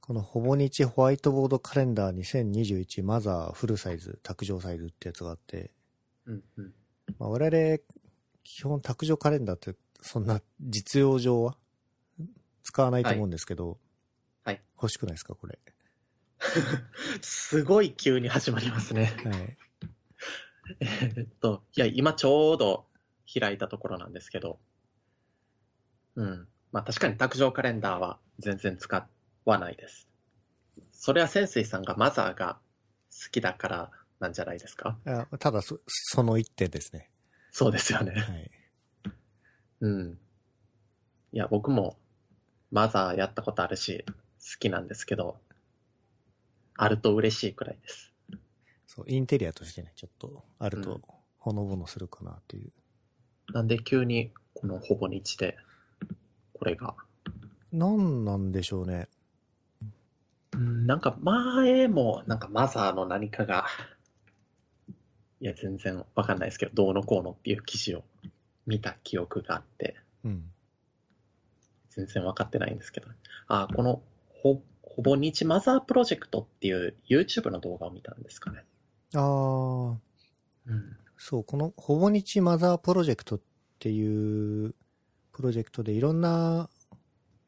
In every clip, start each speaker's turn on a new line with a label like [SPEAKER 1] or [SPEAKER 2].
[SPEAKER 1] このほぼ日ホワイトボードカレンダー2021マザーフルサイズ、卓上サイズってやつがあって、
[SPEAKER 2] うんうん。
[SPEAKER 1] まあ、我々、基本卓上カレンダーってそんな実用上は使わないと思うんですけど、
[SPEAKER 2] はい
[SPEAKER 1] 欲しくないですか、これ。
[SPEAKER 2] すごい急に始まりますね。
[SPEAKER 1] はい。
[SPEAKER 2] えーっと、いや、今ちょうど開いたところなんですけど、うん。まあ確かに卓上カレンダーは全然使わないです。それは潜水さんがマザーが好きだからなんじゃないですか
[SPEAKER 1] あただそ、その一点ですね。
[SPEAKER 2] そうですよね。
[SPEAKER 1] はい。
[SPEAKER 2] うん。いや、僕もマザーやったことあるし、好きなんですけど、あると嬉しいくらいです。
[SPEAKER 1] そう、インテリアとしてね、ちょっとある
[SPEAKER 2] う
[SPEAKER 1] と
[SPEAKER 2] ん、
[SPEAKER 1] ほのぼのするかなっていう。
[SPEAKER 2] なんで急にこのほぼ日で、これが
[SPEAKER 1] なんなんでしょうね。
[SPEAKER 2] うんなんか前も、なんかマザーの何かが、いや、全然わかんないですけど、どうのこうのっていう記事を見た記憶があって、
[SPEAKER 1] うん。
[SPEAKER 2] 全然わかってないんですけど、あーこのほ、ほぼ日マザープロジェクトっていう YouTube の動画を見たんですかね。
[SPEAKER 1] あー、
[SPEAKER 2] うん。
[SPEAKER 1] そう、このほぼ日マザープロジェクトっていうプロジェクトでいろんな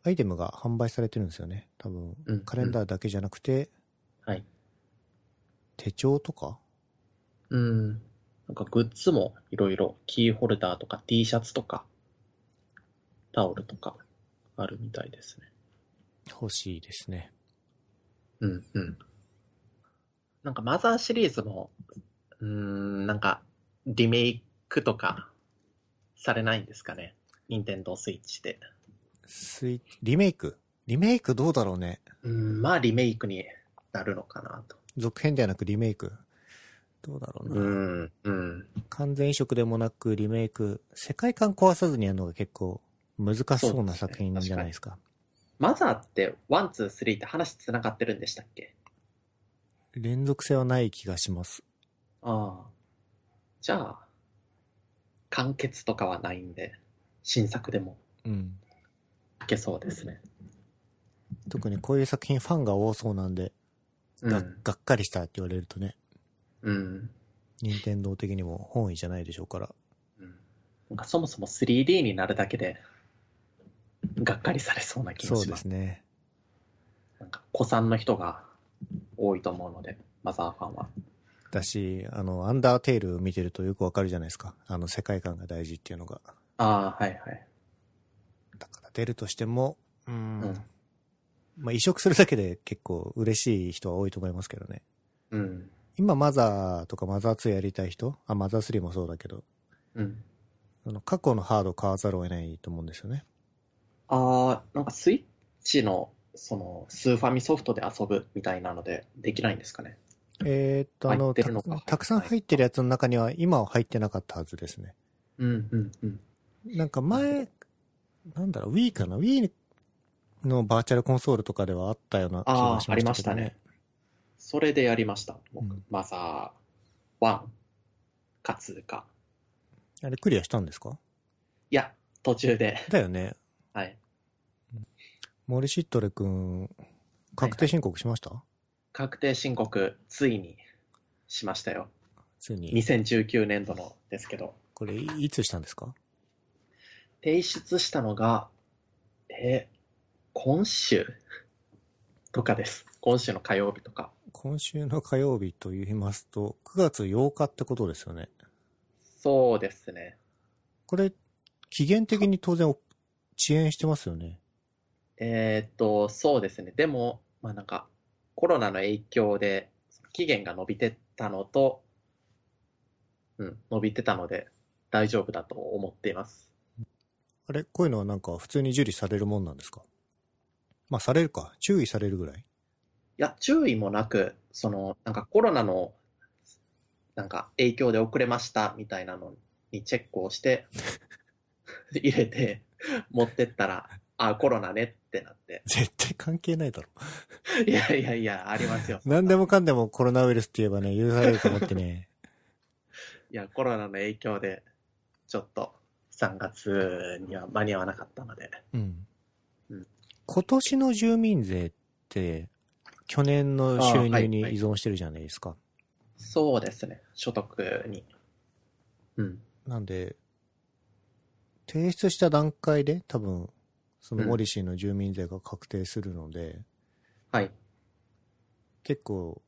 [SPEAKER 1] アイテムが販売されてるんですよね。多分
[SPEAKER 2] うん、
[SPEAKER 1] カレンダーだけじゃなくて、
[SPEAKER 2] はい。
[SPEAKER 1] 手帳とか
[SPEAKER 2] うん。なんかグッズもいろいろ、キーホルダーとか T シャツとか、タオルとか、あるみたいですね。
[SPEAKER 1] 欲しいですね。
[SPEAKER 2] うんうん。なんかマザーシリーズも、うーん、なんかリメイクとかされないんですかね。任天堂スイッチで。
[SPEAKER 1] スイリメイクリメイクどうだろうね。
[SPEAKER 2] うん、まあリメイクになるのかなと。
[SPEAKER 1] 続編ではなくリメイク。どうだろうな。
[SPEAKER 2] うん、うん。
[SPEAKER 1] 完全移植でもなくリメイク、世界観壊さずにやるのが結構難しそうな作品じゃないですか。
[SPEAKER 2] マザーってワン、ツー、スリーって話繋がってるんでしたっけ
[SPEAKER 1] 連続性はない気がします。
[SPEAKER 2] ああ。じゃあ、完結とかはないんで、新作でも
[SPEAKER 1] うん。
[SPEAKER 2] いけそうですね。
[SPEAKER 1] 特にこういう作品ファンが多そうなんで、
[SPEAKER 2] う
[SPEAKER 1] が,、
[SPEAKER 2] ん。
[SPEAKER 1] がっかりしたって言われるとね、
[SPEAKER 2] うん。
[SPEAKER 1] 任天堂的にも本意じゃないでしょうから。
[SPEAKER 2] うんなんかそもそも 3D になるだけで、がっかりされそうな気が
[SPEAKER 1] そう
[SPEAKER 2] し
[SPEAKER 1] で
[SPEAKER 2] ます。
[SPEAKER 1] すね。
[SPEAKER 2] なんか、子さんの人が多いと思うので、マザーファンは。
[SPEAKER 1] だし、あの、アンダーテール見てるとよくわかるじゃないですか。あの、世界観が大事っていうのが。
[SPEAKER 2] ああ、はいはい。
[SPEAKER 1] だから出るとしても、うん。
[SPEAKER 2] うん
[SPEAKER 1] まあ移植するだけで結構嬉しい人は多いと思いますけどね。
[SPEAKER 2] うん。
[SPEAKER 1] 今マザーとかマザー2やりたい人あ、マザー3もそうだけど、
[SPEAKER 2] うん。
[SPEAKER 1] あの過去のハードを買わざるを得ないと思うんですよね。
[SPEAKER 2] ああ、なんかスイッチの、その、スーファミソフトで遊ぶみたいなので、できないんですかね。
[SPEAKER 1] えーっと、あの
[SPEAKER 2] 入ってるのか
[SPEAKER 1] た、たくさん入ってるやつの中には今は入ってなかったはずですね。
[SPEAKER 2] うんうんうん。
[SPEAKER 1] なんか前、なんだろう、Wii かな ?Wii のバーチャルコンソールとかではあったような気がし
[SPEAKER 2] あ
[SPEAKER 1] ま
[SPEAKER 2] あ
[SPEAKER 1] し、た
[SPEAKER 2] あ
[SPEAKER 1] け
[SPEAKER 2] り
[SPEAKER 1] ど
[SPEAKER 2] ましたね。。それでやりました。僕
[SPEAKER 1] うん
[SPEAKER 2] マザー1か2か。
[SPEAKER 1] あれクリアしたんですか
[SPEAKER 2] いや、途中で。
[SPEAKER 1] だよね。
[SPEAKER 2] はい。
[SPEAKER 1] 森シットレ君、確定申告しました、
[SPEAKER 2] 確定申告、ついにしましたよ。
[SPEAKER 1] ついに。
[SPEAKER 2] 2019年度のですけど、
[SPEAKER 1] これ、いつしたんですか
[SPEAKER 2] 提出したのが、えー、今週とかです。今週の火曜日とか。
[SPEAKER 1] 今週の火曜日と言いますと、9月8日ってことですよね。
[SPEAKER 2] そうですね。
[SPEAKER 1] これ、期限的に当然遅延してますよね。
[SPEAKER 2] えーっと、そうですね。でも、まあなんか、コロナの影響で、期限が伸びてたのと、うん、伸びてたので、大丈夫だと思っています。
[SPEAKER 1] あれこういうのはなんか普通に受理されるもんなんですかまあされるか。注意されるぐらい。
[SPEAKER 2] いや、注意もなく、その、なんかコロナの、なんか影響で遅れましたみたいなのにチェックをして、 入れて、持ってったら、あ、コロナねってなって。
[SPEAKER 1] 絶対関係ないだろ。
[SPEAKER 2] いやいやいや、ありますよ。
[SPEAKER 1] 何でもかんでもコロナウイルスって言えばね、許されると思って ね。
[SPEAKER 2] いや、コロナの影響で、ちょっと3月には間に合わなかったので。
[SPEAKER 1] うん
[SPEAKER 2] うん。
[SPEAKER 1] 今年の住民税って、去年の収
[SPEAKER 2] あは
[SPEAKER 1] 入
[SPEAKER 2] い
[SPEAKER 1] に
[SPEAKER 2] はい
[SPEAKER 1] 依存してるじゃないですか。
[SPEAKER 2] そうですね。所得に。うん。
[SPEAKER 1] なんで、提出した段階で多分、その
[SPEAKER 2] うん
[SPEAKER 1] モリシーの住民税が確定するので、
[SPEAKER 2] はい。
[SPEAKER 1] 結構、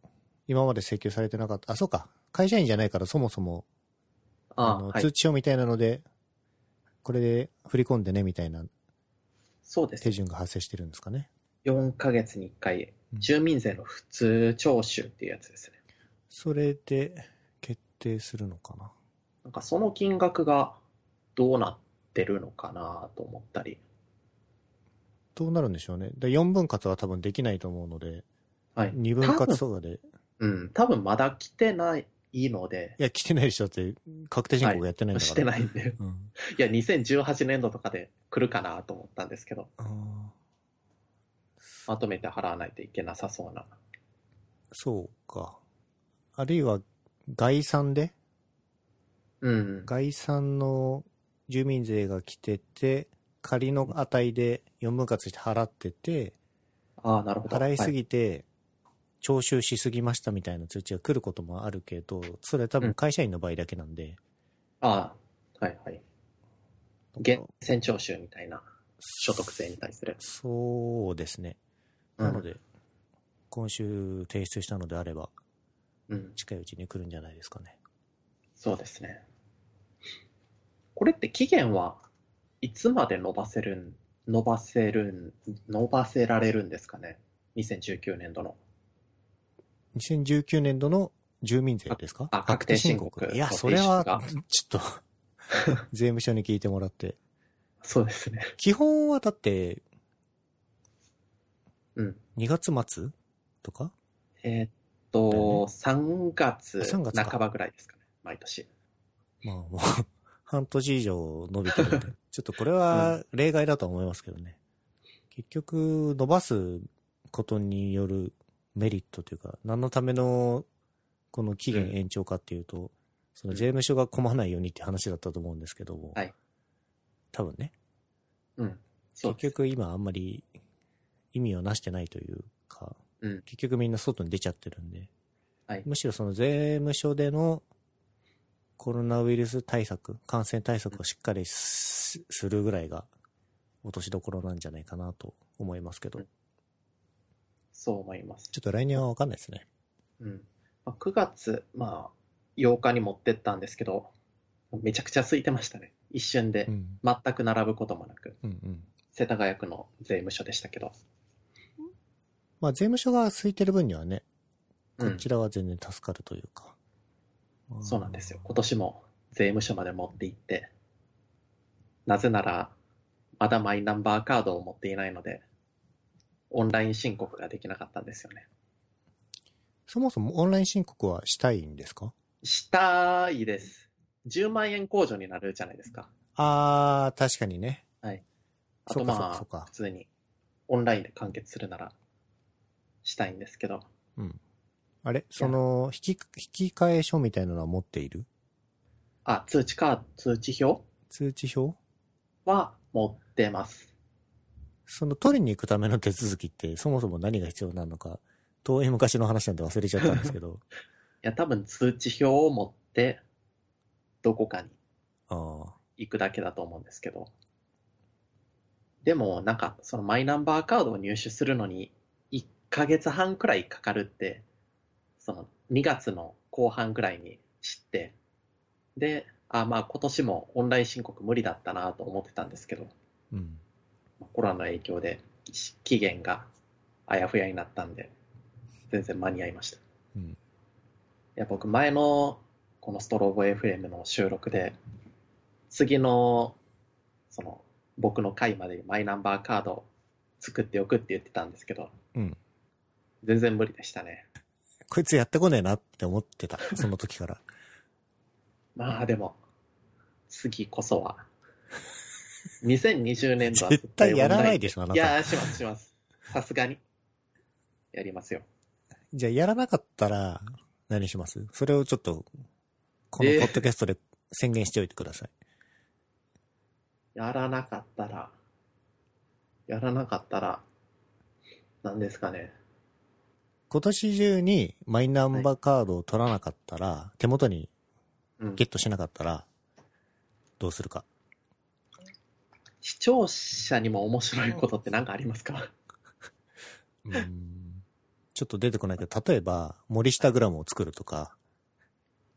[SPEAKER 1] 今まで請求されてなかった。あ、そうか。会社員じゃないからそもそも、
[SPEAKER 2] あ
[SPEAKER 1] あの
[SPEAKER 2] はい。
[SPEAKER 1] 通知書みたいなので、これで振り込んでねみたいな
[SPEAKER 2] そうです
[SPEAKER 1] 手
[SPEAKER 2] ね。
[SPEAKER 1] 順が発生してるんですかね。
[SPEAKER 2] 4ヶ月に1回、
[SPEAKER 1] うん
[SPEAKER 2] 住民税の普通徴収っていうやつですね。
[SPEAKER 1] それで決定するのかな。
[SPEAKER 2] なんかその金額がどうなってるのかなと思ったり。
[SPEAKER 1] どうなるんでしょうね。で4分割は多分できないと思うので、
[SPEAKER 2] はい。
[SPEAKER 1] 2分割とかで、い
[SPEAKER 2] うん。多分まだ来てないので、
[SPEAKER 1] や、来てないでしょって、確定申告やってないんだから。
[SPEAKER 2] してないんで。
[SPEAKER 1] うん。
[SPEAKER 2] いや、2018年度とかで来るかなと思ったんですけど、
[SPEAKER 1] あー
[SPEAKER 2] まとめて払わないといけなさそうな。
[SPEAKER 1] そうか。あるいは、概算で
[SPEAKER 2] うん。
[SPEAKER 1] 概算の住民税が来てて、仮の値で4分割して払ってて、
[SPEAKER 2] ああ、なるほど。
[SPEAKER 1] 払いす
[SPEAKER 2] は
[SPEAKER 1] ぎて、徴収しすぎましたみたいな通知が来ることもあるけど、それ多分会社員の場合だけなんで、
[SPEAKER 2] ああ、はいはい。源泉徴収みたいな所得税に対する。
[SPEAKER 1] そうですね。
[SPEAKER 2] うん
[SPEAKER 1] なので、今週提出したのであれば、
[SPEAKER 2] うん、
[SPEAKER 1] 近いうちに来るんじゃないですかね。
[SPEAKER 2] そうですね。これって期限はいつまで伸ばせるん、伸ばせるん、伸ばせられるんですかね。2019年度の。
[SPEAKER 1] 2019年度の住民税ですか
[SPEAKER 2] あ確定申告
[SPEAKER 1] いや、
[SPEAKER 2] の
[SPEAKER 1] それは
[SPEAKER 2] 提、
[SPEAKER 1] ちょっと、税務署に聞いてもらって。
[SPEAKER 2] そうですね。
[SPEAKER 1] 基本はだって、
[SPEAKER 2] うん。
[SPEAKER 1] 2月末とか
[SPEAKER 2] えーっ
[SPEAKER 1] だよね
[SPEAKER 2] と、3月
[SPEAKER 1] あ3月か
[SPEAKER 2] 半ばぐらいですかね。毎年。
[SPEAKER 1] まあもう、 半年以上伸びて るんで。ちょっとこれは例外だとは思いますけどね。結局、伸ばすことによるメリットというか、何のための、この期
[SPEAKER 2] う
[SPEAKER 1] 限
[SPEAKER 2] ん
[SPEAKER 1] 延長かっていうと、その
[SPEAKER 2] うん
[SPEAKER 1] 税務署が困らないようにって話だったと思うんですけども。
[SPEAKER 2] はい
[SPEAKER 1] 多分ね。
[SPEAKER 2] うん。そう
[SPEAKER 1] 結
[SPEAKER 2] です。
[SPEAKER 1] 局今あんまり意味をなしてないというか、
[SPEAKER 2] うん
[SPEAKER 1] 結局みんな外に出ちゃってるんで、
[SPEAKER 2] はい
[SPEAKER 1] むしろその税務署でのコロナウイルス対策、感染対策をしっかりすするぐらいが落としどころなんじゃないかなと思いますけど、
[SPEAKER 2] う
[SPEAKER 1] ちょ
[SPEAKER 2] んそう思います。
[SPEAKER 1] っと来年はわかんないですね。
[SPEAKER 2] うんまあ、9月、まあ、8日に持ってったんですけど、めちゃくちゃ空いてましたね。一瞬で
[SPEAKER 1] う、ん。
[SPEAKER 2] 全く並ぶこともなく、
[SPEAKER 1] うんうん。
[SPEAKER 2] 世田谷区の税務署でしたけど、
[SPEAKER 1] まあ税務署が空いてる分にはね、
[SPEAKER 2] う
[SPEAKER 1] こ
[SPEAKER 2] ん
[SPEAKER 1] ち、らは全然助かるというか。
[SPEAKER 2] そうなんですよ。今年も税務署まで持って行って、なぜなら、まだマイナンバーカードを持っていないので、オンライン申告ができなかったんですよね。
[SPEAKER 1] そもそもオンライン申告はしたいんですか
[SPEAKER 2] したいです。10万円控除になるじゃないですか。
[SPEAKER 1] あー、確かにね。
[SPEAKER 2] あと
[SPEAKER 1] そうか
[SPEAKER 2] ま
[SPEAKER 1] そう
[SPEAKER 2] あ
[SPEAKER 1] か、
[SPEAKER 2] 普通にオンラインで完結するならしたいんですけど、
[SPEAKER 1] うん。あれその、引き、引き換え書みたいなのは持っている
[SPEAKER 2] あ、通知カード、通知表
[SPEAKER 1] 通知表
[SPEAKER 2] は持ってます。
[SPEAKER 1] その取りに行くための手続きってそもそも何が必要なのか、遠い昔の話なんで忘れちゃったんですけ ど、
[SPEAKER 2] いや、多分通知表を持って、どこかに
[SPEAKER 1] あー
[SPEAKER 2] 行くだけだと思うんですけど。でも、なんか、そのマイナンバーカードを入手するのに、1ヶ月半くらいかかるって、その2月の後半くらいに知って、で、あ、まあ今年もオンライン申告無理だったなと思ってたんですけど、
[SPEAKER 1] うん。
[SPEAKER 2] コロナの影響でし期限があやふやになったんで、全然間に合いました。
[SPEAKER 1] うん
[SPEAKER 2] いや、僕前のこのストロボ FM の収録で、次の、その、僕の回までにマイナンバーカードを作っておくって言ってたんですけど、
[SPEAKER 1] うん。
[SPEAKER 2] 全然無理でしたね。
[SPEAKER 1] こいつやってこねえなって思ってた、その時から。
[SPEAKER 2] まあでも、次こそ は、2020年度は
[SPEAKER 1] 絶対やらないで
[SPEAKER 2] し
[SPEAKER 1] しょ、あない
[SPEAKER 2] や
[SPEAKER 1] た。
[SPEAKER 2] ー、します、します。さすがに。やりますよ。
[SPEAKER 1] じゃあやらなかったら、何しますそれをちょっと、この
[SPEAKER 2] えー
[SPEAKER 1] ポッドキャストで宣言しておいてください。
[SPEAKER 2] やらなかったら、やらなかったら、何ですかね。
[SPEAKER 1] 今年中にマイナンバーカードを取らなかったら、手元に
[SPEAKER 2] うん
[SPEAKER 1] ゲットしなかったら、どうするか。
[SPEAKER 2] 視聴者にも面白いことって何かありますか
[SPEAKER 1] うーんちょっと出てこないけど、例えば、森下グラムを作るとか、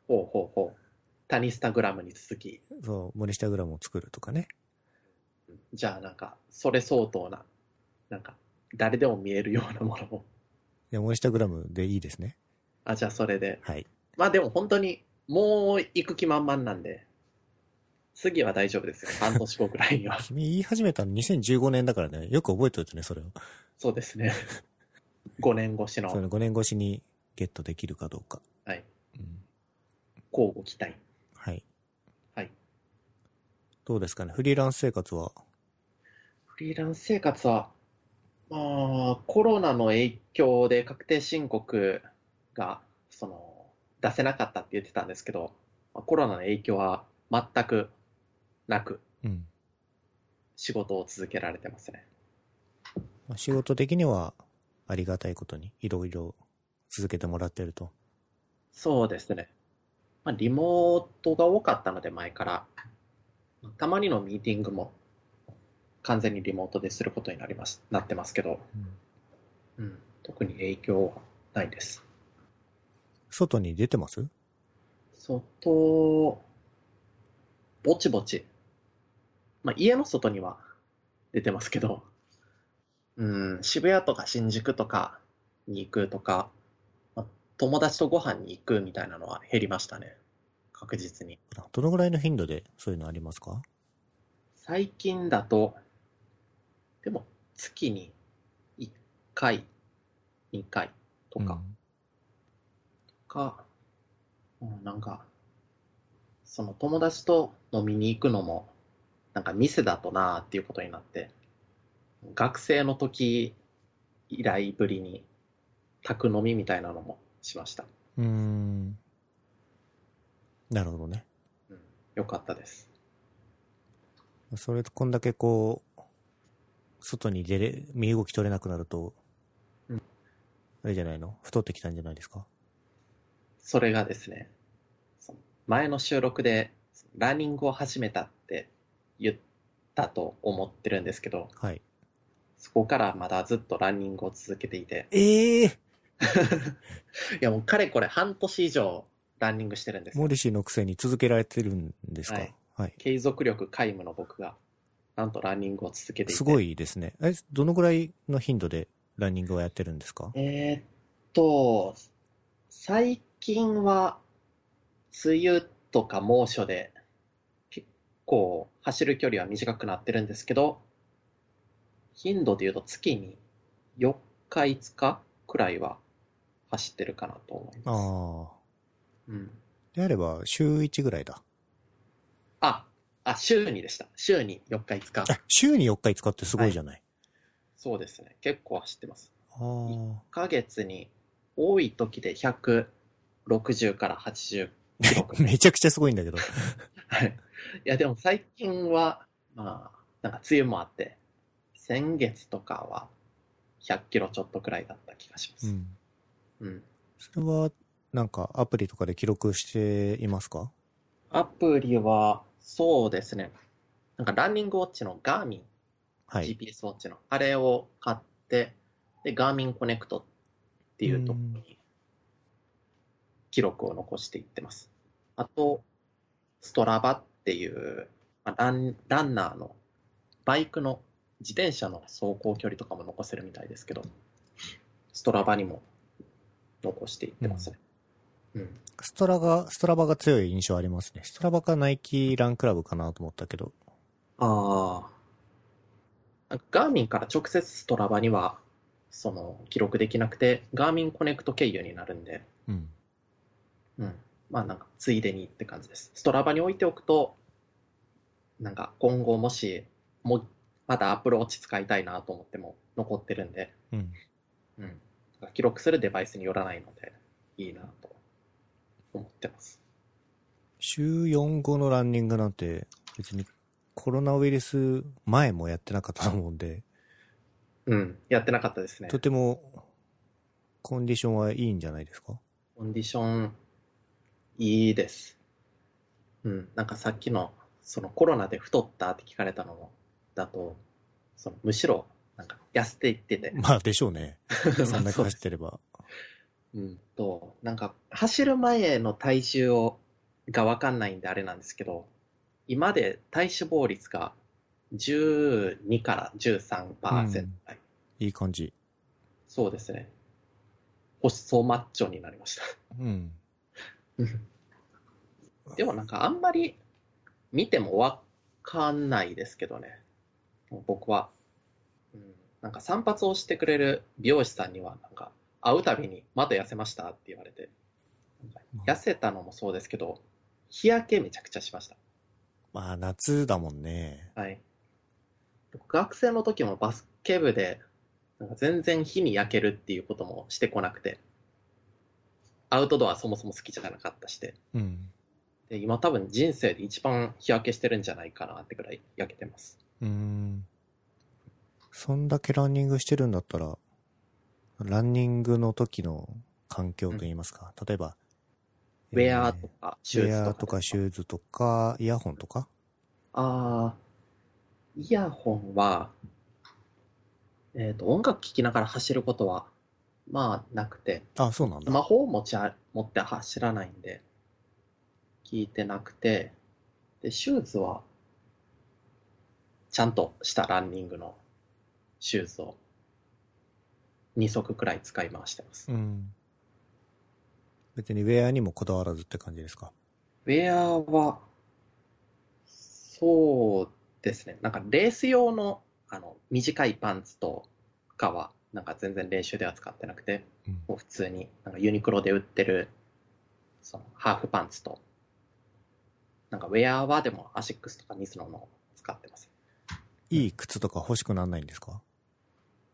[SPEAKER 2] ほうほうほう。タニスタグラムに続き、
[SPEAKER 1] そう、森下グラムを作るとかね。
[SPEAKER 2] じゃあなんか、それ相当な、なんか、誰でも見えるようなものを。
[SPEAKER 1] いや、森下グラムでいいですね。
[SPEAKER 2] あ、じゃあそれで。
[SPEAKER 1] はい。。
[SPEAKER 2] まあでも本当に、もう行く気満々なんで、次は大丈夫ですよ。半年後くらいには
[SPEAKER 1] 君言い始めたの2015年だからね、よく覚えておいてね、それを。
[SPEAKER 2] そうですね。5年越しの、
[SPEAKER 1] それの5年越しにゲットできるかどうか。
[SPEAKER 2] はい。
[SPEAKER 1] うん
[SPEAKER 2] 交互期待。
[SPEAKER 1] はい。
[SPEAKER 2] はい。
[SPEAKER 1] どうですかね、フリーランス生活は。
[SPEAKER 2] フリーランス生活は、まあ、コロナの影響で確定申告が、その、出せなかったって言ってたんですけど、まあコロナの影響は全くなく、
[SPEAKER 1] うん。
[SPEAKER 2] 仕事を続けられてますね。
[SPEAKER 1] まあ仕事的にはありがたいことに、いろいろ続けてもらってると。
[SPEAKER 2] そうですね。まあ、リモートが多かったので、前から。たまにのミーティングも、完全にリモートですることになります、なってますけど、うん、特に影響はないです。
[SPEAKER 1] 外に出てます
[SPEAKER 2] 外、ぼちぼち。まあ、家の外には出てますけど、うん、渋谷とか新宿とかに行くとか、まあ、友達とご飯に行くみたいなのは減りましたね。確実に。
[SPEAKER 1] どのぐらいの頻度でそういうのありますか
[SPEAKER 2] 最近だと、でも月に1回、2回とか、か、うん、なんか、その友達と飲みに行くのも、なんか店だとなあっていうことになって、学生の時以来ぶりに、宅飲みみたいなのもしました。
[SPEAKER 1] うん。うーん。なるほどね。
[SPEAKER 2] うん、よかったです。
[SPEAKER 1] それとこんだけこう、外に出れ、身動き取れなくなると、
[SPEAKER 2] うん
[SPEAKER 1] あれじゃないの太ってきたんじゃないですか
[SPEAKER 2] それがですね、その前の収録で、ランニングを始めたって言ったと思ってるんですけど、
[SPEAKER 1] はい。
[SPEAKER 2] そこからまだずっとランニングを続けていて、
[SPEAKER 1] ええ
[SPEAKER 2] いやもうかれこれ半年以上ランニングしてるんですよ
[SPEAKER 1] モリシーのくせに続けられてるんですかは
[SPEAKER 2] はいい。継続力皆無の僕が、なんとランニングを続けていて。
[SPEAKER 1] すご。いですね。え、どのぐらいの頻度でランニングをやってるんですか
[SPEAKER 2] えーっと、最近は、梅雨とか猛暑で、結構走る距離は短くなってるんですけど、頻度で言うと月に4日、5日くらいは走ってるかなと思います。
[SPEAKER 1] ああ。
[SPEAKER 2] うん、
[SPEAKER 1] であれば、週1ぐらいだ。
[SPEAKER 2] あ、あ、週にでした。週に4日、5 日。
[SPEAKER 1] あ週に4日5日ってすごいじゃない。
[SPEAKER 2] そうですね。結構走ってます。
[SPEAKER 1] ああ。
[SPEAKER 2] 1ヶ月に多い時で160から80キロくらい。
[SPEAKER 1] めちゃくちゃすごいんだけ ど。
[SPEAKER 2] はいいや、でも最近は、まあ、なんか梅雨もあって、先月とかは100キロちょっとくらいだった気がしま
[SPEAKER 1] う
[SPEAKER 2] す。
[SPEAKER 1] ん。
[SPEAKER 2] うん。
[SPEAKER 1] それは、なんか、アプリとかで記録していますか
[SPEAKER 2] アプリは、そうですね。なんかランニングウォッチのガーミン、
[SPEAKER 1] はい。
[SPEAKER 2] GPS ウォッチの、あれを買って、で、ガーミンコネクトっていうところに記録を残していってます。あと、ストラバっていう、まあランランナーのバイクの自転車の走行距離とかも残せるみたいですけど、ストラバにも残していってますね。うん。
[SPEAKER 1] ストラが、ストラバが強い印象ありますね。ストラバかナイキランクラブかなと思ったけど。
[SPEAKER 2] ああ。なんかガーミンから直接ストラバには、その、記録できなくて、ガーミンコネクト経由になるんで、
[SPEAKER 1] うん。
[SPEAKER 2] うん。まあなんか、ついでにって感じです。ストラバに置いておくと、なんか、今後もし、もう、まだアップルウォッチ使いたいなと思っても残ってるんで、
[SPEAKER 1] うん。
[SPEAKER 2] うん。記録するデバイスによらないので、いいなと思ってます。
[SPEAKER 1] 週4後のランニングなんて、別にコロナウイルス前もやってなかったと思うんで、
[SPEAKER 2] うん。やってなかったですね
[SPEAKER 1] と。てもコンディションはいいんじゃないですか
[SPEAKER 2] コンディション、いいです。うん、なんかさっきの、そのコロナで太ったって聞かれたのも、だと、そのむしろ、なんか痩せていってて。
[SPEAKER 1] まあでしょうね。 そんだけ
[SPEAKER 2] そうで
[SPEAKER 1] 走
[SPEAKER 2] す
[SPEAKER 1] ってれば。
[SPEAKER 2] うんと、なんか走る前の体重をがわかんないんであれなんですけど、今で体脂肪率が12から13%パーセントぐらい。
[SPEAKER 1] いい感じ。
[SPEAKER 2] そうですね。細マッチョになりました。
[SPEAKER 1] うん。
[SPEAKER 2] でもなんかあんまり見てもわかんないですけどね。僕は。うん、なんか散髪をしてくれる美容師さんには、なんか会うたびにまた痩せましたって言われて。なんか痩せたのもそうですけど、日焼けめちゃくちゃしました。
[SPEAKER 1] まあ夏だもんね。
[SPEAKER 2] はい。僕学生の時もバスケ部で、なんか全然日に焼けるっていうこともしてこなくて、アウトドアそもそも好きじゃなかったして、
[SPEAKER 1] うん。
[SPEAKER 2] で今多分人生で一番日焼けしてるんじゃないかなってくらい焼けてます。
[SPEAKER 1] うーん。そんだけランニングしてるんだったら、ランニングの時の環境といいますか、例えば、
[SPEAKER 2] ウェア
[SPEAKER 1] えー
[SPEAKER 2] とかシ
[SPEAKER 1] ウ
[SPEAKER 2] ュー
[SPEAKER 1] ェ
[SPEAKER 2] ズとか。
[SPEAKER 1] アとかシューズとか、イヤホンとか
[SPEAKER 2] ああ、イヤホンは、えっ、と、音楽聴きながら走ることは、まあ、なくて、
[SPEAKER 1] あ、そうなん
[SPEAKER 2] ス
[SPEAKER 1] だ。
[SPEAKER 2] マホを持ちあ持って走らないんで、聞いてなくて、で、シューズは、ちゃんとしたランニングのシューズを2足くらい使い回してます。
[SPEAKER 1] うん。別にウェアにもこだわらずって感じですか。
[SPEAKER 2] ウェアは、そうですね、なんかレース用のあの短いパンツとかは、なんか全然練習では使ってなくて、
[SPEAKER 1] うん
[SPEAKER 2] もう普通になんかユニクロで売ってるそのハーフパンツと、なんかウェアはでもアシックスとかミスノのを使ってます。
[SPEAKER 1] いい靴とか欲しくならないんですか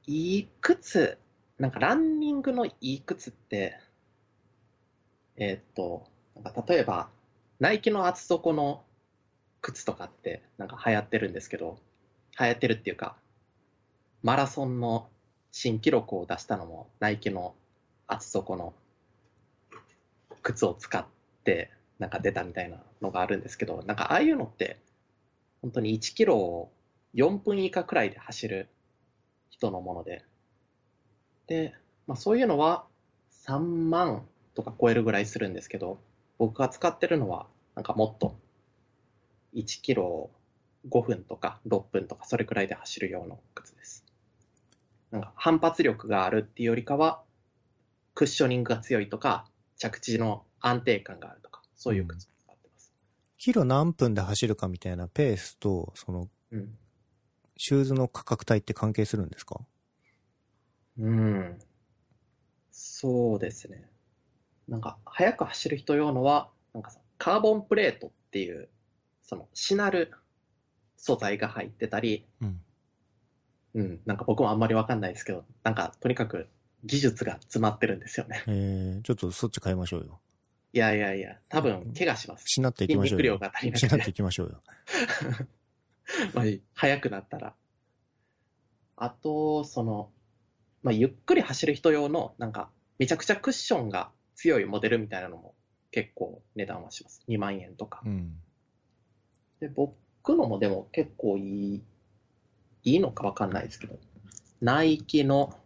[SPEAKER 2] いい靴、なんかランニングのいい靴って、えーっと、なんか例えば、ナイキの厚底の靴とかって、なんか流行ってるんですけど、流行ってるっていうか、マラソンの新記録を出したのも、ナイキの厚底の靴を使って、なんか出たみたいなのがあるんですけど、なんかああいうのって、本当に1キロを4分以下くらいで走る人のもので。で、まあ、そういうのは3万とか超えるぐらいするんですけど、僕が使ってるのはなんかもっと1キロ5分とか6分とかそれくらいで走るような靴です。なんか反発力があるっていうよりかは、クッショニングが強いとか、着地の安定感があるとか、そういう靴を使ってます。
[SPEAKER 1] キロ何分で走るかみたいなペースと、その、
[SPEAKER 2] うん
[SPEAKER 1] シューズの価格帯って関係するんですか
[SPEAKER 2] うん。そうですね。なんか、速く走る人用のは、なんかさ、カーボンプレートっていう、その、しなる素材が入ってたり、
[SPEAKER 1] うん。
[SPEAKER 2] うん、なんか僕もあんまりわかんないですけど、なんか、とにかく技術が詰まってるんですよね。
[SPEAKER 1] えー、ちょっとそっち変えましょうよ。
[SPEAKER 2] いやいやいや、多分、怪我します。
[SPEAKER 1] しなっていき
[SPEAKER 2] 筋
[SPEAKER 1] ましょ
[SPEAKER 2] 肉
[SPEAKER 1] う
[SPEAKER 2] 量
[SPEAKER 1] よ。
[SPEAKER 2] が足り な
[SPEAKER 1] し
[SPEAKER 2] く
[SPEAKER 1] なって
[SPEAKER 2] て、
[SPEAKER 1] いきましょうよ。
[SPEAKER 2] まあ速くなったら。あと、その、まあ、ゆっくり走る人用の、なんか、めちゃくちゃクッションが強いモデルみたいなのも結構値段はします。2万円とか
[SPEAKER 1] う。ん。
[SPEAKER 2] で、僕のもでも結構いい、いいのかわかんないですけど、ナイキの、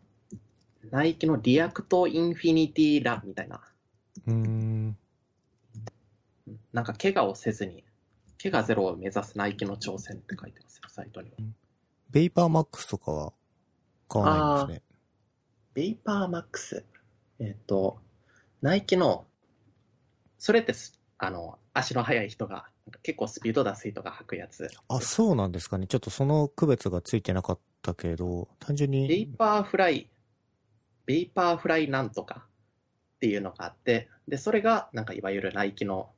[SPEAKER 2] ナイキのリアクトインフィニティランみたいな、
[SPEAKER 1] うーん。
[SPEAKER 2] なんか怪我をせずに、怪我ゼロを目指すナイキの挑戦って書いてますよ、サイトには。
[SPEAKER 1] ベイパーマックスとかは買わないんですね。
[SPEAKER 2] ベイパーマックス。えっ、と、ナイキの、それってす、あの、足の速い人が、なんか結構スピード出す人が履くやつ。
[SPEAKER 1] あ、そうなんですかね。ちょっとその区別がついてなかったけど、単純
[SPEAKER 2] ベ
[SPEAKER 1] に、
[SPEAKER 2] イパーフライ、ベイパーフライなんとかっていうのがあって、で、それが、なんかいわゆるナイキの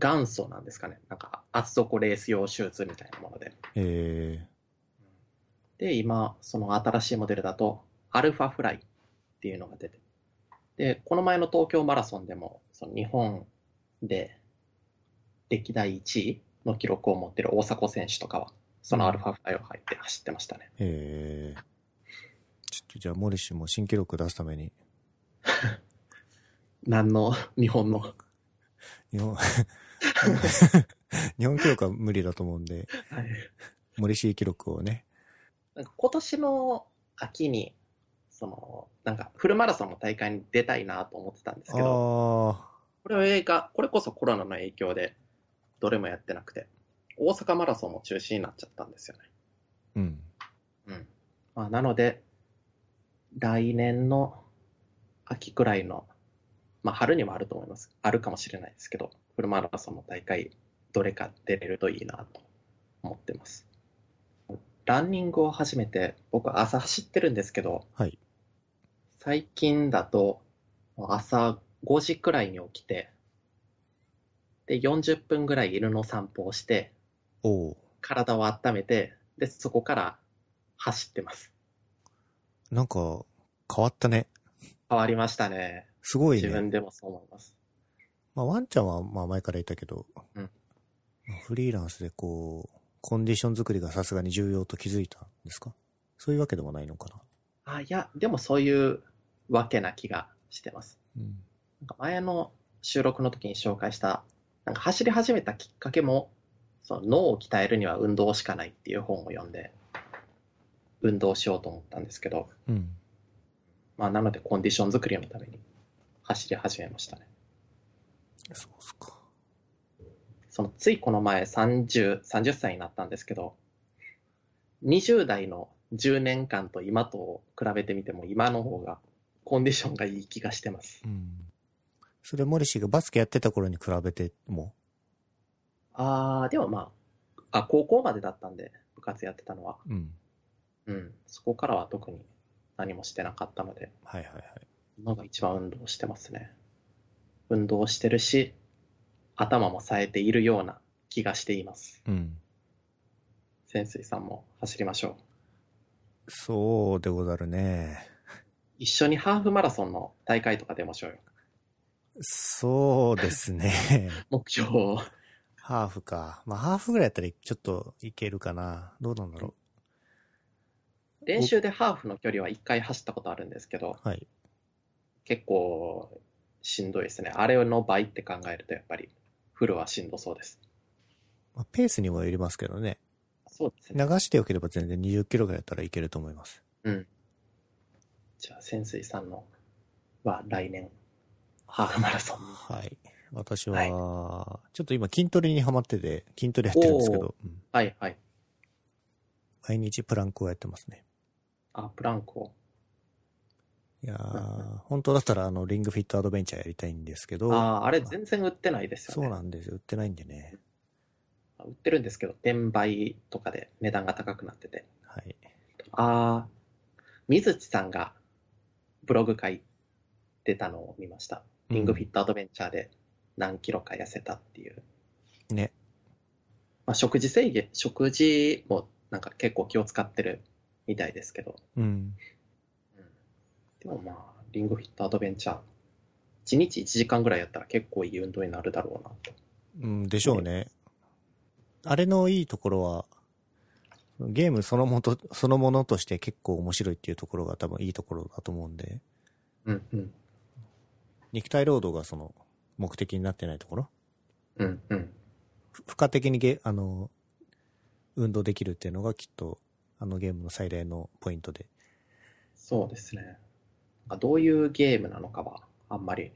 [SPEAKER 2] 元祖なんですかね。なんか厚底レース用シューズみたいなもので。
[SPEAKER 1] え
[SPEAKER 2] で、今、その新しいモデルだと、アルファフライっていうのが出て。で、この前の東京マラソンでも、その日本で歴代1位の記録を持ってる大迫選手とかは、そのアルファフライを履いて走ってましたね。
[SPEAKER 1] ー、えー。ちょっとじゃあ、モリシも新記録出すために、
[SPEAKER 2] 何の、 日本の。
[SPEAKER 1] 日本、 日本記録は無理だと思うんで、
[SPEAKER 2] はい。
[SPEAKER 1] 森氏記録をね。
[SPEAKER 2] なんか今年の秋に、その、なんかフルマラソンの大会に出たいなと思ってたんです
[SPEAKER 1] あ
[SPEAKER 2] けど、
[SPEAKER 1] あ、
[SPEAKER 2] これが、これこそコロナの影響で、どれもやってなくて、大阪マラソンも中止になっちゃったんですよね。
[SPEAKER 1] うん。
[SPEAKER 2] うん。まあ、なので、来年の秋くらいの、まあ、春にもあると思います。あるかもしれないですけど、フルマラソンの大会、どれか出れるといいなと思ってます。ランニングを始めて、僕は朝走ってるんですけど、
[SPEAKER 1] はい。
[SPEAKER 2] 最近だと、朝5時くらいに起きて、で、40分ぐらい犬の散歩をして、
[SPEAKER 1] おう
[SPEAKER 2] 体を温めて、で、そこから走ってます。
[SPEAKER 1] なんか、変わったね。
[SPEAKER 2] 変わりましたね。
[SPEAKER 1] すごい
[SPEAKER 2] 自分
[SPEAKER 1] ね。
[SPEAKER 2] でもそう思います。
[SPEAKER 1] まあ、ワンちゃんは、まあ、前から言ったけど、
[SPEAKER 2] うん
[SPEAKER 1] まあフリーランスでこう、コンディション作りがさすがに重要と気づいたんですかそういうわけでもないのかな。
[SPEAKER 2] あ、いや、でもそういうわけな気がしてます。
[SPEAKER 1] うん。
[SPEAKER 2] なんか前の収録の時に紹介した、なんか走り始めたきっかけも、その脳を鍛えるには運動しかないっていう本を読んで、運動しようと思ったんですけど、
[SPEAKER 1] うん。
[SPEAKER 2] まあなのでコンディション作りのために走り始めましたね。
[SPEAKER 1] そうっすか。
[SPEAKER 2] そのついこの前30、30歳になったんですけど、20代の10年間と今と比べてみても今の方がコンディションがいい気がしてます。
[SPEAKER 1] うん。それ、森氏がバスケやってた頃に比べても、
[SPEAKER 2] あー、でもまあ、あ、高校までだったんで部活やってたのは、
[SPEAKER 1] うん。
[SPEAKER 2] うん、そこからは特に何もしてなかったので、
[SPEAKER 1] はいはいはい。
[SPEAKER 2] 今が一番運動してますね。運動してるし、頭も冴えているような気がしています。
[SPEAKER 1] うん。
[SPEAKER 2] 潜水さんも走りましょう。
[SPEAKER 1] そうでござるね。
[SPEAKER 2] 一緒にハーフマラソンの大会とか出ましょうよ。
[SPEAKER 1] そうです ね。
[SPEAKER 2] 目標を。
[SPEAKER 1] ハーフか。まあ、ハーフぐらいやったらちょっといけるかな。どうなんだろ
[SPEAKER 2] 練習でハーフの距離は1回走ったことあるんですけど、
[SPEAKER 1] う。はい。
[SPEAKER 2] 結構しんどいですね。あれの倍って考えると、やっぱりフルはしんどそうです。
[SPEAKER 1] まあ、ペースにもよりますけどね。
[SPEAKER 2] そうです
[SPEAKER 1] 流
[SPEAKER 2] ね。
[SPEAKER 1] してよければ全然20キロぐらいやったらいけると思います。
[SPEAKER 2] じゃあ、潜水さんのは来年、ハーフマラソン。
[SPEAKER 1] はい。私は、
[SPEAKER 2] はい
[SPEAKER 1] ちょっと今筋トレにハマってて、筋トレやってるんですけど、うん
[SPEAKER 2] はいはい。
[SPEAKER 1] 毎日プランクをやってますね。
[SPEAKER 2] あ、プランクを。
[SPEAKER 1] いや
[SPEAKER 2] う
[SPEAKER 1] ー、本当だったらあの、リングフィットアドベンチャーやりたいんですけど、
[SPEAKER 2] ああ、あれ全然売ってないですよ
[SPEAKER 1] そ
[SPEAKER 2] ね。
[SPEAKER 1] うなんですよ。売ってないんでね。
[SPEAKER 2] 売ってるんですけど、転売とかで値段が高くなってて。
[SPEAKER 1] はい。
[SPEAKER 2] ああ、水地さんがブログ書いてたのを見ました。リングフィットアドベンチャーで何キロか痩せたっていう。
[SPEAKER 1] ね。
[SPEAKER 2] まあ、食事制限、食事もなんか結構気を使ってるみたいですけど。
[SPEAKER 1] うん。
[SPEAKER 2] でもまあ、リングフィットアドベンチャー、1日1時間ぐらいやったら結構いい運動になるだろうなと。
[SPEAKER 1] うん、でしょうね。あれのいいところは、ゲームそのもと、そのものとして結構面白いっていうところが多分いいところだと思うんで、
[SPEAKER 2] うんうん。
[SPEAKER 1] 肉体労働がその目的になってないところ、
[SPEAKER 2] うんうん。
[SPEAKER 1] ふ付加的にゲ、あの、運動できるっていうのがきっと、あのゲームの最大のポイントで。
[SPEAKER 2] そうですね。なんかどういうゲームなのかはあんまり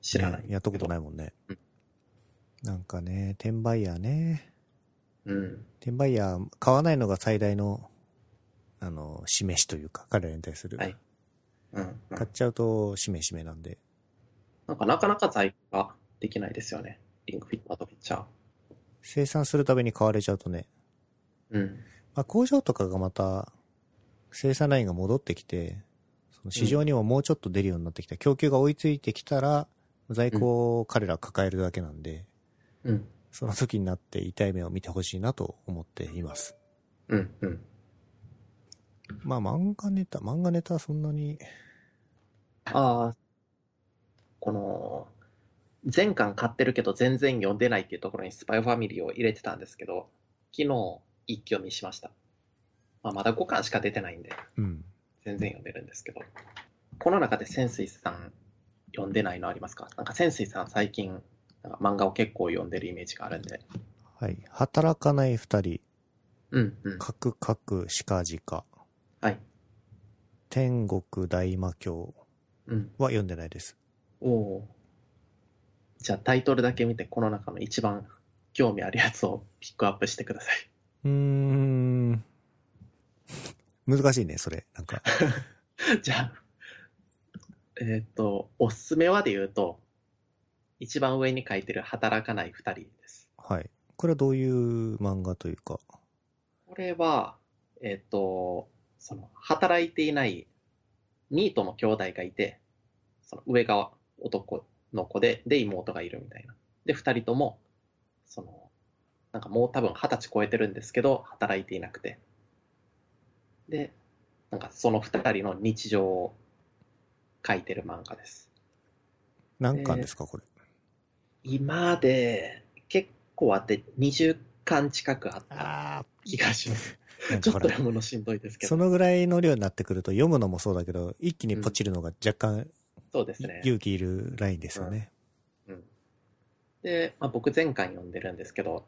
[SPEAKER 2] 知らない、。
[SPEAKER 1] ねやったことないいもんね
[SPEAKER 2] うん。
[SPEAKER 1] なんかね、転売ヤーね。
[SPEAKER 2] うん。
[SPEAKER 1] 転売ヤー、買わないのが最大の、あの、示しというか、彼らに対する。
[SPEAKER 2] はいうん、うん
[SPEAKER 1] 買っちゃうと、しめしめなんで。
[SPEAKER 2] なんかなかなか在庫ができないですよね。リングフィットアドベンチャー。
[SPEAKER 1] 生産するために買われちゃうとね、
[SPEAKER 2] うん。
[SPEAKER 1] まあ、工場とかがまた生産ラインが戻ってきて、その市場にももうちょっと出るようになってきた、供給が追いついてきたら、在庫を彼ら抱えるだけなんで、
[SPEAKER 2] うん。
[SPEAKER 1] その時になって痛い目を見てほしいなと思っています。
[SPEAKER 2] うん。うん。
[SPEAKER 1] まあ漫画ネタ、漫画ネタはそんなに、
[SPEAKER 2] ああ、この、全巻買ってるけど全然読んでないっていうところにスパイファミリーを入れてたんですけど、昨日一挙見しました。まあ、まだ5巻しか出てないんで、
[SPEAKER 1] うん。
[SPEAKER 2] 全然読めるんですけど。この中で潜水さん読んでないのありますかなんか潜水さん最近、なんか漫画を結構読んでるイメージがあるんで。
[SPEAKER 1] はい。働かない二人、
[SPEAKER 2] うんうん。
[SPEAKER 1] カクカクシカジカ、
[SPEAKER 2] はい。
[SPEAKER 1] 天国大魔教
[SPEAKER 2] うん。
[SPEAKER 1] は読んでないです。
[SPEAKER 2] おおー。じゃあタイトルだけ見て、この中の一番興味あるやつをピックアップしてください。
[SPEAKER 1] うーん。難しいね、それ。なんか。
[SPEAKER 2] じゃあ、えっ、と、おすすめはで言うと、一番上に書いてる働かない二人です。
[SPEAKER 1] はい。これはどういう漫画というか。
[SPEAKER 2] これは、えっ、と、その、働いていないニートの兄弟がいて、その上が男の子で、で、妹がいるみたいな。で、二人とも、その、なんかもう多分二十歳超えてるんですけど、働いていなくて。で、なんかその二人の日常を書いてる漫画です。
[SPEAKER 1] 何巻ですか、これ。
[SPEAKER 2] 今で結構あって20巻近くあった
[SPEAKER 1] あ
[SPEAKER 2] 気が します。
[SPEAKER 1] あ。なん
[SPEAKER 2] ち
[SPEAKER 1] かほ
[SPEAKER 2] ょっと
[SPEAKER 1] ら、
[SPEAKER 2] 読むのしんどいですけ
[SPEAKER 1] そ
[SPEAKER 2] ど。
[SPEAKER 1] のぐらいの量になってくると読むのもそうだけど、一気にポチるのが若干
[SPEAKER 2] そうですね。
[SPEAKER 1] 勇気いるラインですよね。
[SPEAKER 2] うん、で、まあ、僕前回読んでるんですけど、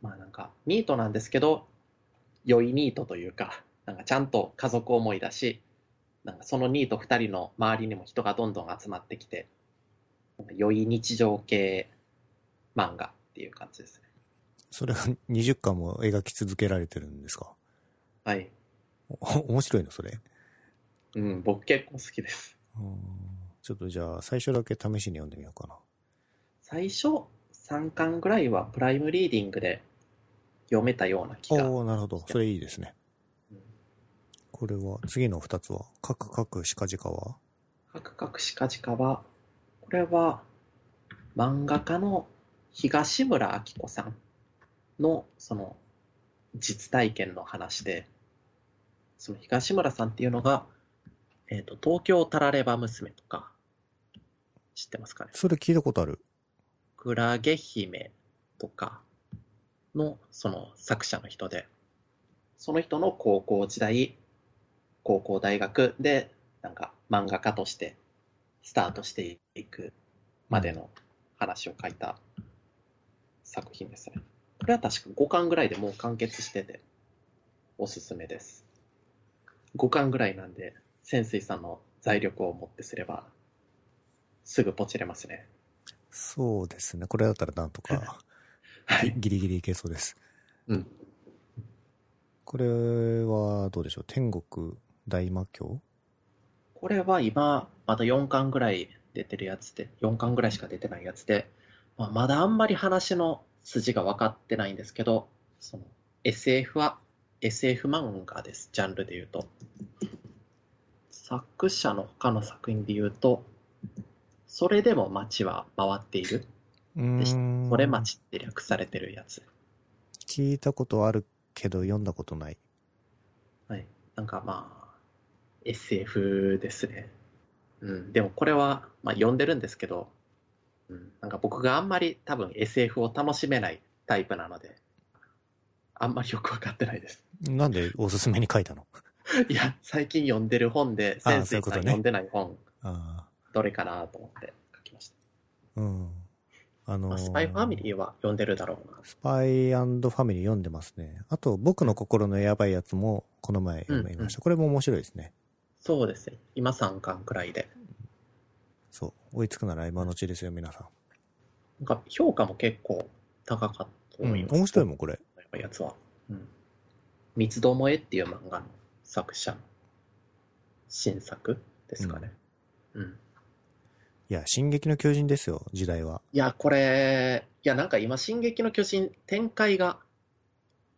[SPEAKER 2] まあなんかニートなんですけど、良いニートというか、なんかちゃんと家族思いだし、なんかそのニート2人の周りにも人がどんどん集まってきて、なんか良い日常系漫画っていう感じですね。
[SPEAKER 1] それが20巻も描き続けられてるんですか。
[SPEAKER 2] はい。
[SPEAKER 1] お面白いの、それ。
[SPEAKER 2] うん、僕結構好きです。
[SPEAKER 1] うんちょっとじゃあ、最初だけ試しに読んでみようかな。
[SPEAKER 2] 最初3巻ぐらいはプライムリーディングで読めたような気が
[SPEAKER 1] おおなるほど。それいいですね。これは、次の2つは、カクカクシカジカは
[SPEAKER 2] カクカクシカジカはこれは漫画家の東村明子さんのその実体験の話でその東村さんっていうのが、えー、と東京タラレバ娘とか知ってますかね
[SPEAKER 1] それ聞いたことある。
[SPEAKER 2] クラゲ姫とかのその作者の人で、その人の高校時代、高校大学でなんか漫画家としてスタートしていくまでの話を書いた作品ですね。これは確か5巻ぐらいでもう完結してて、おすすめです。5巻ぐらいなんで、潜水さんの財力をもってすれば、すぐポチれますね。
[SPEAKER 1] そうですね。これだったらなんとか、
[SPEAKER 2] はい。
[SPEAKER 1] ギリギリいけそうです。
[SPEAKER 2] うん。
[SPEAKER 1] これは、どうでしょう。天国大魔教
[SPEAKER 2] これは今、まだ4巻ぐらい出てるやつで、4巻ぐらいしか出てないやつで、まあ、まだあんまり話の筋が分かってないんですけど、その SF は SF 漫画です、ジャンルで言うと。作者の他の作品で言うと、それでも街は回っている。
[SPEAKER 1] うーん
[SPEAKER 2] それ街って略されてるやつ。
[SPEAKER 1] 聞いたことあるけど、読んだことない。
[SPEAKER 2] はい。なんかまあ、SF ですね。うん。でもこれは、まあ読んでるんですけど、うん。なんか僕があんまり多分 SF を楽しめないタイプなので、あんまりよくわかってないです。
[SPEAKER 1] なんでおすすめに書いたの
[SPEAKER 2] いや、最近読んでる本で、
[SPEAKER 1] あー
[SPEAKER 2] 先
[SPEAKER 1] そうい
[SPEAKER 2] 生
[SPEAKER 1] うこ
[SPEAKER 2] さん
[SPEAKER 1] とね
[SPEAKER 2] 読んでない本、
[SPEAKER 1] あ
[SPEAKER 2] どれかなと思って書きました。
[SPEAKER 1] あ、うん。あの
[SPEAKER 2] まあ、スパイファミリーは読んでるだろうな。
[SPEAKER 1] スパイファミリー読んでますね。あと、僕の心のやばいやつも、この前読みました。これも面白いですね。
[SPEAKER 2] そうですね。今3巻くらいで。
[SPEAKER 1] そう。追いつくなら今のうちですよ、皆さ
[SPEAKER 2] なんか評価も結構高かったと
[SPEAKER 1] ん。う
[SPEAKER 2] 思い
[SPEAKER 1] ん
[SPEAKER 2] ま。す。
[SPEAKER 1] 面白いもん、これ。
[SPEAKER 2] やつは。うん。三つどもえっていう漫画の作者の新作ですかね。うん。
[SPEAKER 1] いや、進撃の巨人ですよ、時代は。
[SPEAKER 2] いや、これ、いや、なんか今、進撃の巨人、展開が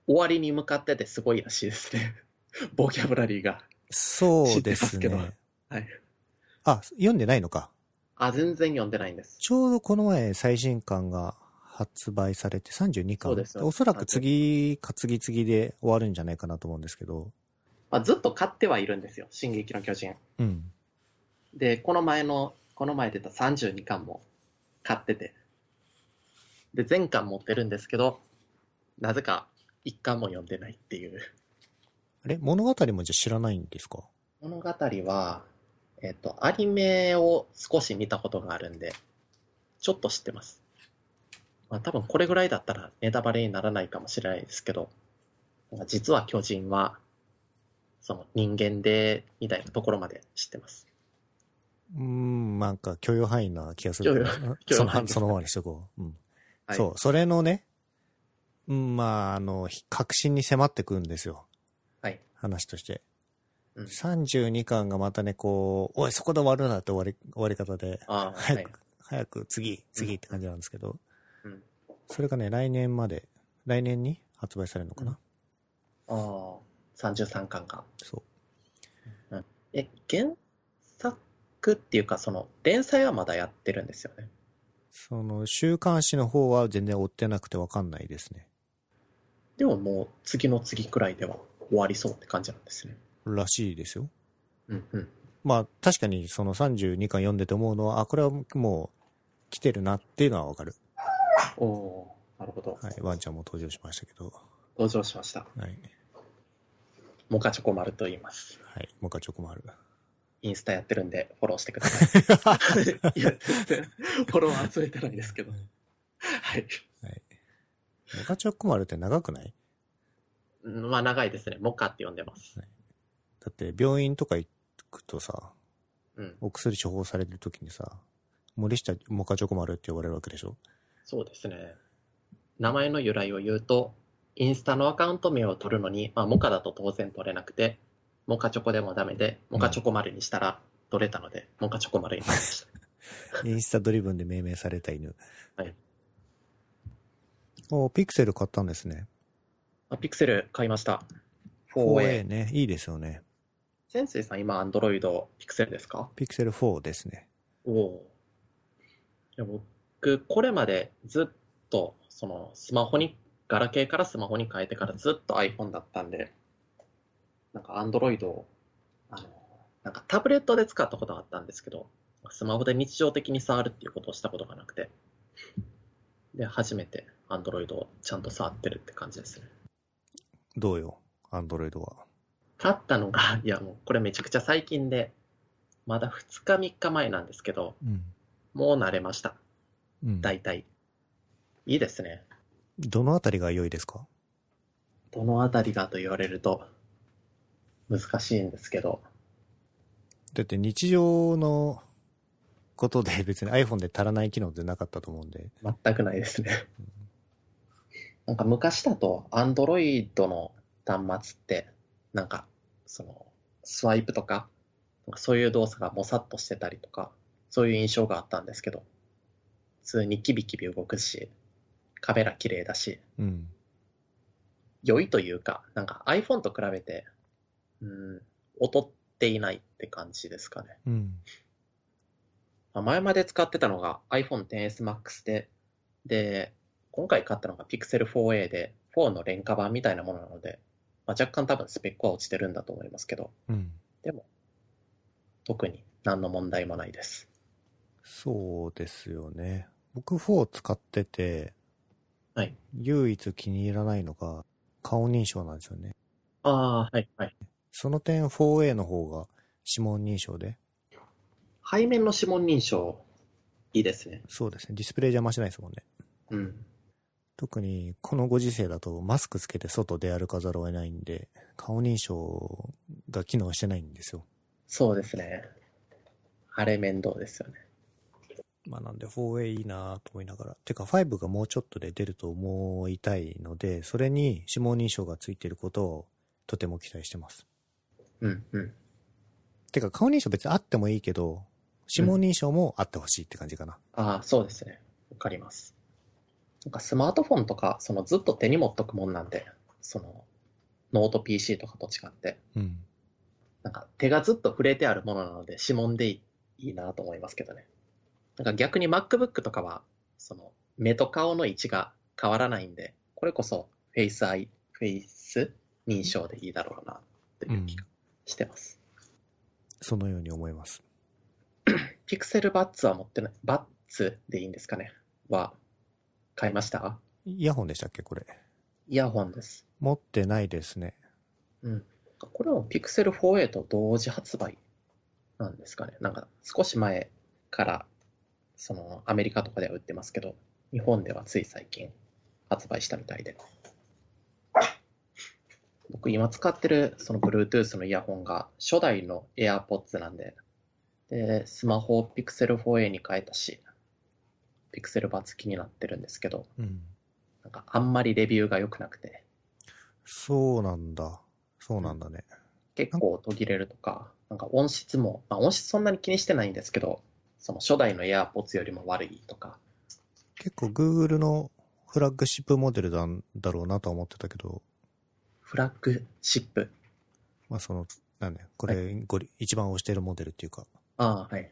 [SPEAKER 2] 終わりに向かっててすごいらしいですね。 ボキャブラリーが。
[SPEAKER 1] そうです
[SPEAKER 2] 知ってます
[SPEAKER 1] ね。
[SPEAKER 2] けどはい。
[SPEAKER 1] あ、読んでないのか。
[SPEAKER 2] あ、全然読んでないんです。
[SPEAKER 1] ちょうどこの前最新巻が発売されて32巻。
[SPEAKER 2] そうですよ
[SPEAKER 1] おそらく次か次々で終わるんじゃないかなと思うんですけど。
[SPEAKER 2] まあ、ずっと買ってはいるんですよ、進撃の巨人。
[SPEAKER 1] うん。
[SPEAKER 2] で、この前の、この前出た32巻も買ってて。で、全巻持ってるんですけど、なぜか1巻も読んでないっていう。
[SPEAKER 1] あれ物語もじゃあ知らないんですか
[SPEAKER 2] 物語は、えっと、アニメを少し見たことがあるんで、ちょっと知ってます。まあ多分これぐらいだったらネタバレにならないかもしれないですけど、なんか実は巨人は、その人間で、みたいなところまで知ってます。
[SPEAKER 1] うん、なんか許容範囲な気がするけど。
[SPEAKER 2] 許容
[SPEAKER 1] その
[SPEAKER 2] 範囲
[SPEAKER 1] そのままにしとこう。うん。
[SPEAKER 2] はい、
[SPEAKER 1] そう、それのね、うん、まあ、あの、ひ核心に迫ってくるんですよ。
[SPEAKER 2] はい。
[SPEAKER 1] 話として。
[SPEAKER 2] うん
[SPEAKER 1] 32巻がまたね、こう、おい、そこで終わるなって終わり、終わり方で、
[SPEAKER 2] ああ、は
[SPEAKER 1] 早
[SPEAKER 2] い
[SPEAKER 1] く、。早く、次、次って感じなんですけど、
[SPEAKER 2] うん、
[SPEAKER 1] それがね、来年まで、来年に発売されるのかな、
[SPEAKER 2] うんああ、33巻が。
[SPEAKER 1] そう。
[SPEAKER 2] え、原作っていうか、その、連載はまだやってるんですよね。
[SPEAKER 1] その、週刊誌の方は全然追ってなくてわかんないですね。
[SPEAKER 2] でももう、次の次くらいでは終わりそうって感じなんですね。
[SPEAKER 1] らしいですよ。
[SPEAKER 2] うんうん。
[SPEAKER 1] まあ、確かにその32巻読んでて思うのは、あ、これはもう、来てるなっていうのはわかる。
[SPEAKER 2] おおーなるほど。
[SPEAKER 1] はい、ワンちゃんも登場しましたけど、
[SPEAKER 2] 登場しました。
[SPEAKER 1] はい、
[SPEAKER 2] モカチョコマルと言います。
[SPEAKER 1] はい、もう一回チョコもある。
[SPEAKER 2] インスタやってるんで、フォローしてください。 いや、全然、フォロワー集めてないですけど。はい。
[SPEAKER 1] モカチョコ丸って長くない
[SPEAKER 2] うんまあ、長いですね。モカって呼んでます。
[SPEAKER 1] だって病院とか行くとさ、
[SPEAKER 2] うん。
[SPEAKER 1] お薬処方されるときにさ、森下モカチョコ丸って呼ばれるわけでしょ
[SPEAKER 2] そうですね。名前の由来を言うと、インスタのアカウント名を取るのに、まあ、モカだと当然取れなくて、モカチョコでもダメで、モカチョコ丸にしたら取れたので、モカチョコ丸になりました。
[SPEAKER 1] インスタドリブンで命名された犬。
[SPEAKER 2] はい。
[SPEAKER 1] おピクセル買ったんですね。
[SPEAKER 2] あピクセル買いました。4A。
[SPEAKER 1] 4A ね。いいですよね。
[SPEAKER 2] 先生さん、今、アンドロイド、ピクセルですか
[SPEAKER 1] ピクセル4ですね。
[SPEAKER 2] おお。いや僕、これまでずっと、その、スマホに、ガラケーからスマホに変えてからずっと iPhone だったんで、なんか Android を、あの、なんかタブレットで使ったことがあったんですけど、スマホで日常的に触るっていうことをしたことがなくて、で、初めて Android をちゃんと触ってるって感じですね。
[SPEAKER 1] どうよ、アンドロイドは。
[SPEAKER 2] 買ったのが、い やもうこれめちゃくちゃ最近で、まだ2日3日前なんですけど、
[SPEAKER 1] うん。
[SPEAKER 2] もう慣れました。
[SPEAKER 1] うん。
[SPEAKER 2] 大体。いいですね。
[SPEAKER 1] どのあたりが良いですか
[SPEAKER 2] どのあたりがと言われると難しいんですけど。
[SPEAKER 1] だって日常のことで別に iPhone で足らない機能ってなかったと思うんで。
[SPEAKER 2] 全くないですね。なんか昔だと、アンドロイドの端末って、なんか、その、スワイプとか、なんかそういう動作がもさっとしてたりとか、そういう印象があったんですけど、普通にキビキビ動くし、カメラ綺麗だし、
[SPEAKER 1] うん。
[SPEAKER 2] 良いというか、なんか iPhone と比べて、うん、劣っていないって感じですかね。
[SPEAKER 1] うん。
[SPEAKER 2] まあ前まで使ってたのが iPhone XS Max で、で、今回買ったのが Pixel 4a で、4の廉価版みたいなものなので、まあ、若干多分スペックは落ちてるんだと思いますけど、
[SPEAKER 1] うん。
[SPEAKER 2] 特に何の問題もないです。
[SPEAKER 1] そうですよね。僕4使ってて、
[SPEAKER 2] はい。
[SPEAKER 1] 唯一気に入らないのが顔認証なんですよね。
[SPEAKER 2] ああ、はい、はい。
[SPEAKER 1] その点 4A の方が指紋認証で。
[SPEAKER 2] 背面の指紋認証、いいですね。
[SPEAKER 1] そうですね。ディスプレイ邪魔しないですもんね。
[SPEAKER 2] うん。
[SPEAKER 1] 特にこのご時世だとマスクつけて外で歩かざるを得ないんで、顔認証が機能してないんですよ。
[SPEAKER 2] そうですね。あれ面倒ですよね。
[SPEAKER 1] まあなんで 4A いいなと思いながら。てか5がもうちょっとで出ると思いたいので、それに指紋認証がついてることをとても期待してます。
[SPEAKER 2] うん、うん。
[SPEAKER 1] てか顔認証別にあってもいいけど、指紋認証もあってほしいって感じかな。
[SPEAKER 2] ああ、そうですね。わかります。なんかスマートフォンとか、そのずっと手に持っとくもんなんで、その、ノート PC とかと違って、
[SPEAKER 1] うん。
[SPEAKER 2] なんか手がずっと触れてあるものなので指紋でいいいいなと思いますけどね。なんか逆に MacBook とかは、その、目と顔の位置が変わらないんで、これこそフェイスアイ、フェイス認証でいいだろうな、という気がしてます。
[SPEAKER 1] そのように思います。
[SPEAKER 2] ピクセルバッツは持ってない、バッツでいいんですかねは、買いました
[SPEAKER 1] イヤホンでしたっけこれ。
[SPEAKER 2] イヤホンです。
[SPEAKER 1] 持ってないですね。
[SPEAKER 2] うん、これも Pixel 4a と同時発売なんですかね。なんか少し前から、そのアメリカとかでは売ってますけど、日本ではつい最近発売したみたいで。僕今使ってるその Bluetooth のイヤホンが初代の AirPods なんで、で、スマホを Pixel 4a に変えたし、Pixel 版付きになってるんですけど、
[SPEAKER 1] うん。
[SPEAKER 2] なんかあんまりレビューが良くなくて、
[SPEAKER 1] そうなんだ。そうなんだね。
[SPEAKER 2] 結構途切れるとか、なんか音質も、まあ音質そんなに気にしてないんですけど、その初代の AirPods よりも悪いとか、
[SPEAKER 1] 結構 Google のフラッグシップモデルなんだろうなとは思ってたけど、
[SPEAKER 2] フラッグシップ。
[SPEAKER 1] まあその、なんだよ。これ、ごり一番推してるモデルっていうか。
[SPEAKER 2] ああ、はい。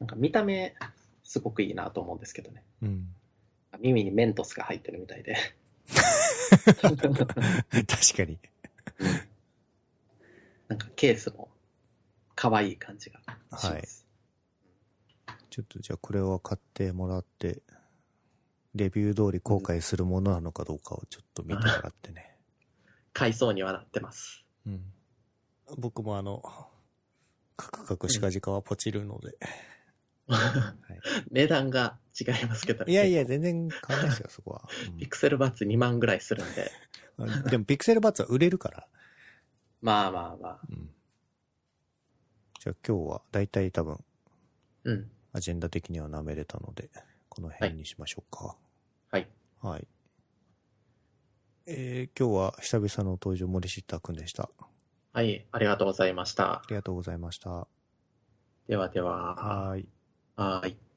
[SPEAKER 2] なんか見た目、すごくいいなと思うんですけどね。
[SPEAKER 1] うん。
[SPEAKER 2] 耳にメントスが入ってるみたいで。
[SPEAKER 1] 確かに。
[SPEAKER 2] なんかケースも可愛い感じがします。
[SPEAKER 1] はいちょっとじゃあこれを買ってもらって、レビュー通り後悔するものなのかどうかをちょっと見てもらってね。
[SPEAKER 2] 買いそうにはなってます。
[SPEAKER 1] うん。僕もあの、カクカクシカジカはポチるので。
[SPEAKER 2] 値段が違いますけど、
[SPEAKER 1] いやいや、。全然変わんないですよ、そこは。
[SPEAKER 2] ピクセルバッツ2万ぐらいする んで。
[SPEAKER 1] うんでも、ピクセルバッツは売れるから。
[SPEAKER 2] まあまあまあ。
[SPEAKER 1] うん。じゃあ今日は、だいたい多分、
[SPEAKER 2] うん。
[SPEAKER 1] アジェンダ的には舐めれたので、この辺にしましょうか。
[SPEAKER 2] はい。
[SPEAKER 1] はい。えー今日は久々の登場、森下くんでした。あ
[SPEAKER 2] はい。ありがとうございました。
[SPEAKER 1] りがとうございました。
[SPEAKER 2] ではでは。
[SPEAKER 1] はい。
[SPEAKER 2] はい。